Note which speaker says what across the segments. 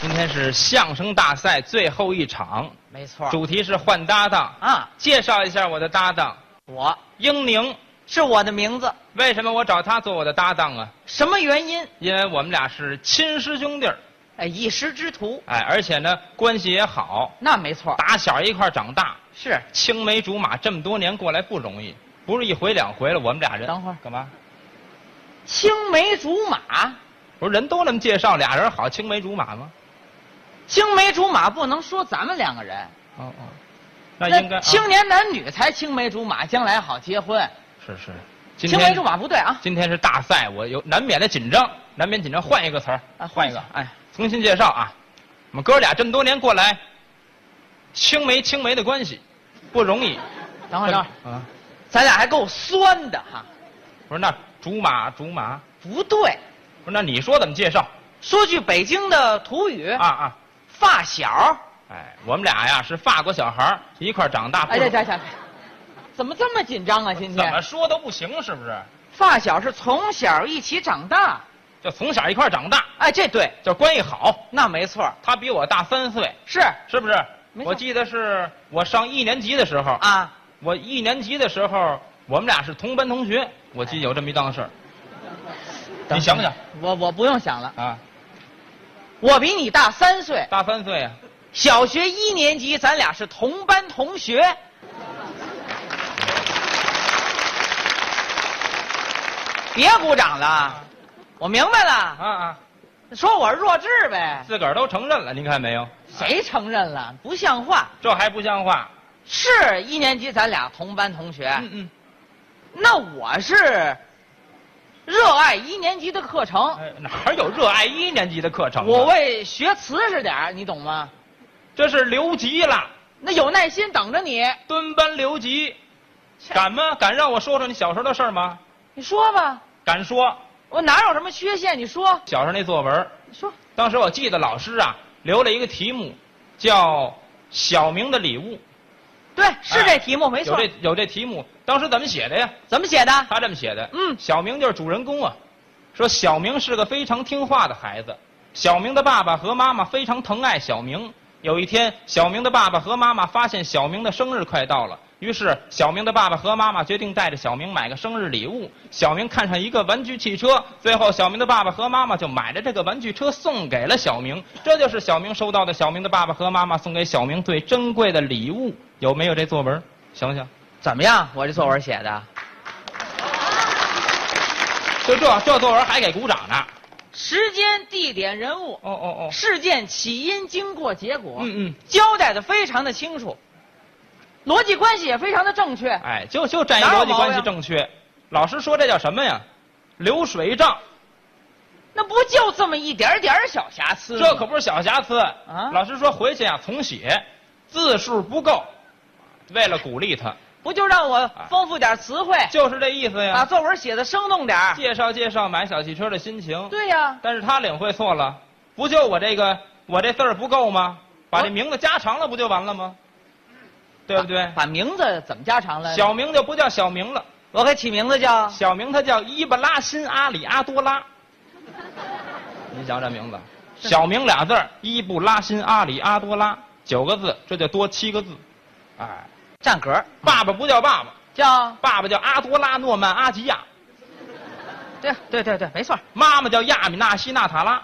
Speaker 1: 今天是相声大赛最后一场，
Speaker 2: 没错。
Speaker 1: 主题是换搭档。
Speaker 2: 啊，
Speaker 1: 介绍一下我的搭档
Speaker 2: 我
Speaker 1: 英宁，
Speaker 2: 是我的名字，
Speaker 1: 为什么我找他做我的搭档啊？
Speaker 2: 什么原因？
Speaker 1: 因为我们俩是亲师兄弟儿，
Speaker 2: 哎，一时之徒，
Speaker 1: 哎，而且呢关系也好，
Speaker 2: 那没错，
Speaker 1: 打小一块儿长大，
Speaker 2: 是
Speaker 1: 青梅竹马这么多年过来不容易，不是一回两回了。我们俩人
Speaker 2: 等会儿
Speaker 1: 干嘛？
Speaker 2: 青梅竹马。
Speaker 1: 不是人都那么介绍，俩人好青梅竹马吗？
Speaker 2: 青梅竹马不能说咱们两个人，
Speaker 1: 哦哦，那应该、啊、
Speaker 2: 青年男女才青梅竹马，将来好结婚。
Speaker 1: 是是，今
Speaker 2: 青梅
Speaker 1: 天
Speaker 2: 竹马不对啊，
Speaker 1: 今天是大赛，我有难免的紧张，难免紧张，换一个词儿
Speaker 2: 啊
Speaker 1: 换一个，
Speaker 2: 哎，
Speaker 1: 重新介绍啊。我们哥俩这么多年过来，青梅青梅的关系不容易。
Speaker 2: 等会儿等会儿，
Speaker 1: 啊，
Speaker 2: 咱俩还够酸的哈，
Speaker 1: 不是那竹马竹马，
Speaker 2: 不对。
Speaker 1: 不是那你说怎么介绍
Speaker 2: 说句北京的土语，
Speaker 1: 啊啊？
Speaker 2: 发小。
Speaker 1: 哎，我们俩呀是法国小孩儿一块儿长大，不
Speaker 2: 哎，
Speaker 1: 容
Speaker 2: 这
Speaker 1: 易
Speaker 2: 这这，怎么这么紧张啊？今
Speaker 1: 怎么
Speaker 2: 天
Speaker 1: 说都不行，是不是？
Speaker 2: 发小是从小一起长大，
Speaker 1: 就从小一块儿长大，
Speaker 2: 哎，这对，
Speaker 1: 就关系好。
Speaker 2: 那没错儿，
Speaker 1: 他比我大三岁，
Speaker 2: 是
Speaker 1: 是不是？
Speaker 2: 没错
Speaker 1: 我记得是我上一年级的时候，
Speaker 2: 啊，
Speaker 1: 我一年级的时候，我们俩是同班同学。我记得有这么一档事儿，
Speaker 2: 哎
Speaker 1: 你想不想？
Speaker 2: 我我不用想了，
Speaker 1: 啊？
Speaker 2: 我比你大三岁，
Speaker 1: 大三岁啊，
Speaker 2: 小学一年级咱俩是同班同学。别鼓掌了，我明白了，
Speaker 1: 啊啊，
Speaker 2: 说我是弱智呗，
Speaker 1: 自个儿都承认了，您看没有？
Speaker 2: 谁承认了？不像话。
Speaker 1: 这还不像话。
Speaker 2: 是一年级咱俩同班同学，
Speaker 1: 嗯嗯，
Speaker 2: 那我是热爱一年级的课程，
Speaker 1: 哎哪儿有热爱一年级的课程啊？
Speaker 2: 我为学瓷实点儿，你懂吗？
Speaker 1: 这是留级了，
Speaker 2: 那有耐心等着你，
Speaker 1: 蹲班留级，
Speaker 2: 切
Speaker 1: 敢吗？敢让我说说你小时候的事儿吗？
Speaker 2: 你说吧，
Speaker 1: 敢说。
Speaker 2: 我哪有什么缺陷？你说，
Speaker 1: 小时候那作文，
Speaker 2: 你说，
Speaker 1: 当时我记得老师啊留了一个题目，叫《小明的礼物》，
Speaker 2: 对，是这题目、没
Speaker 1: 哎有
Speaker 2: 错，
Speaker 1: 这有这题目，当时怎么写的呀？
Speaker 2: 怎么写的？
Speaker 1: 他这么写的，
Speaker 2: 嗯
Speaker 1: 小明就是主人公啊，说小明是个非常听话的孩子，小明的爸爸和妈妈非常疼爱小明。有一天，小明的爸爸和妈妈发现小明的生日快到了，于是小明的爸爸和妈妈决定带着小明买个生日礼物。小明看上一个玩具汽车，最后小明的爸爸和妈妈就买了这个玩具车送给了小明。这就是小明收到的小明的爸爸和妈妈送给小明最珍贵的礼物。有没有这作文？想想，
Speaker 2: 怎么样？我这作文写的
Speaker 1: 就这这作文还给鼓掌呢。
Speaker 2: 时间、地点、人物、
Speaker 1: 哦哦哦，
Speaker 2: 事件起因、经过、结果，
Speaker 1: 嗯嗯，
Speaker 2: 交代的非常的清楚，逻辑关系也非常的正确。
Speaker 1: 哎，就就占一
Speaker 2: 哪有
Speaker 1: 逻辑
Speaker 2: 毛病
Speaker 1: 关系正确。老师说这叫什么呀？流水账，
Speaker 2: 那不就这么一点点儿小瑕疵吗？
Speaker 1: 这可不是小瑕疵。
Speaker 2: 啊
Speaker 1: 老师说回去啊重写，字数不够，为了鼓励他，
Speaker 2: 不就让我丰富点词汇，
Speaker 1: 就是啊这意思
Speaker 2: 把
Speaker 1: 呀。
Speaker 2: 作文写的生动点儿
Speaker 1: 介绍介绍买小汽车的心情，
Speaker 2: 对呀、
Speaker 1: 但是他领会错了，不就我这个我这字儿不够吗？把
Speaker 2: 啊
Speaker 1: 这名字加长了不就完了吗？对不对
Speaker 2: 把？把名字怎么加长了？
Speaker 1: 小明就不叫小明了，
Speaker 2: 我给起名字叫
Speaker 1: 小明他叫伊布拉辛阿里阿多拉。你想这名字，小明俩字儿，伊布拉辛阿里阿多拉，九个字，这就多七个字。哎，
Speaker 2: 站格儿，
Speaker 1: 爸爸不叫爸爸，
Speaker 2: 叫
Speaker 1: 爸爸叫阿多拉诺曼阿吉亚，
Speaker 2: 对啊对对对，没错儿。
Speaker 1: 妈妈叫亚米纳西纳塔拉。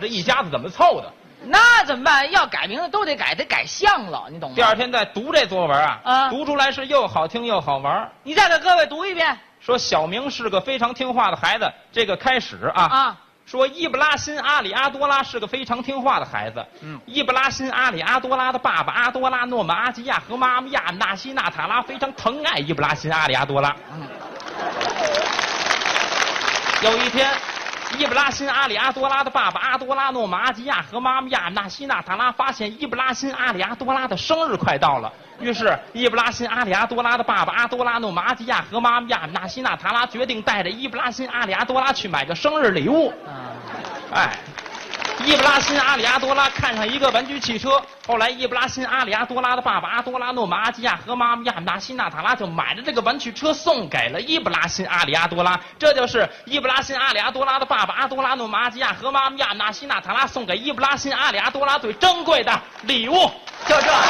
Speaker 1: 这一家子怎么凑的？
Speaker 2: 那怎么办？要改名字都得改，得改相了，你懂吗？
Speaker 1: 第二，天再读这作文啊，
Speaker 2: 啊
Speaker 1: 读出来是又好听又好玩儿。
Speaker 2: 你再给各位读一遍
Speaker 1: 说小明是个非常听话的孩子，这个开始
Speaker 2: 啊！
Speaker 1: 说伊布拉辛阿里阿多拉是个非常听话的孩子。
Speaker 2: 嗯
Speaker 1: 伊布拉辛阿里阿多拉的爸爸阿多拉诺曼阿吉亚和妈妈亚纳西纳塔拉非常疼爱伊布拉辛阿里阿多拉。
Speaker 2: 嗯
Speaker 1: 有一天，伊布拉辛阿里阿多拉的爸爸阿多拉诺马阿吉亚和妈妈亚纳西纳塔拉发现伊布拉辛阿里阿多拉的生日快到了，于是伊布拉辛阿里阿多拉的爸爸阿多拉诺马阿吉亚和妈妈亚纳西纳塔拉决定带着伊布拉辛阿里阿多拉去买个生日礼物。
Speaker 2: 啊，
Speaker 1: 哎，伊布拉欣·阿里阿多拉看上一个玩具汽车，后来伊布拉欣·阿里阿多拉的爸爸阿多拉诺·马阿基亚和妈妈亚姆纳西纳塔拉就买了这个玩具车送给了伊布拉欣·阿里阿多拉，这就是伊布拉欣·阿里阿多拉的爸爸阿多拉诺·马阿基亚和妈妈亚姆纳西纳塔拉送给伊布拉欣·阿里阿多拉最珍贵的礼物，就这。